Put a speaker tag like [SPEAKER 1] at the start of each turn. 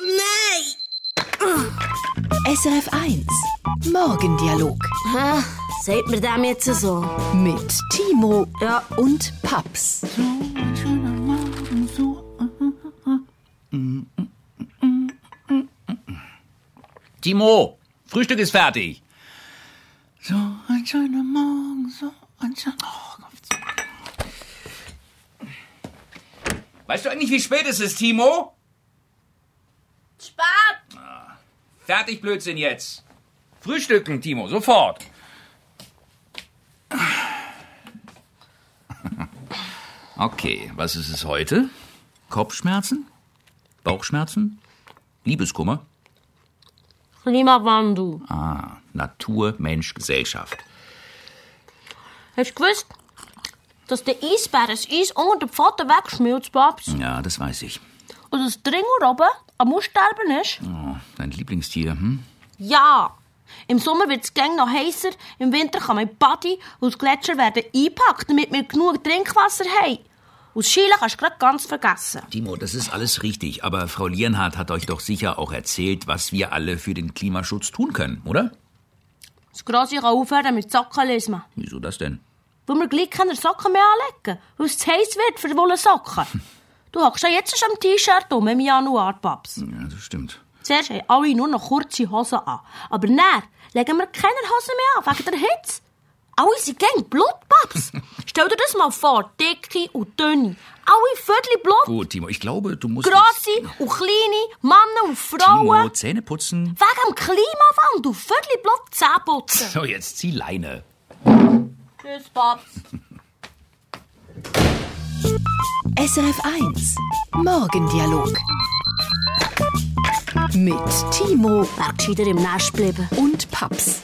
[SPEAKER 1] nee.
[SPEAKER 2] SRF 1. Morgendialog
[SPEAKER 1] Ah, Seht mir dem jetzt so?
[SPEAKER 2] mit Timo
[SPEAKER 1] Ja.
[SPEAKER 2] und Paps.
[SPEAKER 3] Timo, Frühstück ist fertig.
[SPEAKER 4] So ein schöner Morgen, so ein schöner... Oh, Gott.
[SPEAKER 3] Weißt du eigentlich, wie spät es ist, Timo? Ah,
[SPEAKER 1] Spät.
[SPEAKER 3] Fertig, Blödsinn jetzt. Frühstücken, Timo, sofort. Okay, was ist es heute? Kopfschmerzen? Bauchschmerzen? Liebeskummer?
[SPEAKER 1] Klimawandel.
[SPEAKER 3] Ah, Natur, Mensch, Gesellschaft.
[SPEAKER 1] Hast du gewusst, dass der Eisbär das Eis unter dem Vater wegschmilzt, Babs?
[SPEAKER 3] Ja, das weiß ich.
[SPEAKER 1] Und das Dringel oben am Aussterben ist?
[SPEAKER 3] Oh, dein Lieblingstier, hm?
[SPEAKER 1] Ja. Im Sommer wird es gäng noch heißer, im Winter kann mein Body und die Gletscher werden eingepackt, damit wir genug Trinkwasser haben. Und das Schielen kannst du grad ganz vergessen.
[SPEAKER 3] Timo, das ist alles richtig, aber Frau Lienhardt hat euch doch sicher auch erzählt, was wir alle für den Klimaschutz tun können, oder?
[SPEAKER 1] Das Grosse kann aufhören mit Sockenlismen.
[SPEAKER 3] Wieso das denn?
[SPEAKER 1] Weil wir gleich keine Socken mehr anlegen, weil es zu heiß wird für wolle Socken. du hockst ja jetzt schon am T-Shirt um im Januar, Paps.
[SPEAKER 3] Ja, das stimmt.
[SPEAKER 1] Zuerst haben alle nur noch kurze Hosen an. Aber dann legen wir keine Hosen mehr an, wegen der Hitze. Alle sind gegen Blut, Paps. Stell dir das mal vor, dicke und dünne. Alle Viertel Blut,
[SPEAKER 3] Gut, Timo, ich glaube, du musst.
[SPEAKER 1] grosse und kleine, Männer und
[SPEAKER 3] Timo,
[SPEAKER 1] Frauen.
[SPEAKER 3] Zähne putzen.
[SPEAKER 1] Wegen dem Klimawandel, Viertel Blut, Zähneputzen.
[SPEAKER 3] So, jetzt zieh Leine.
[SPEAKER 1] Tschüss, Paps.
[SPEAKER 2] SRF 1. Morgendialog mit Timo
[SPEAKER 1] Wär gescheiter im Nest bleiben.
[SPEAKER 2] und Paps.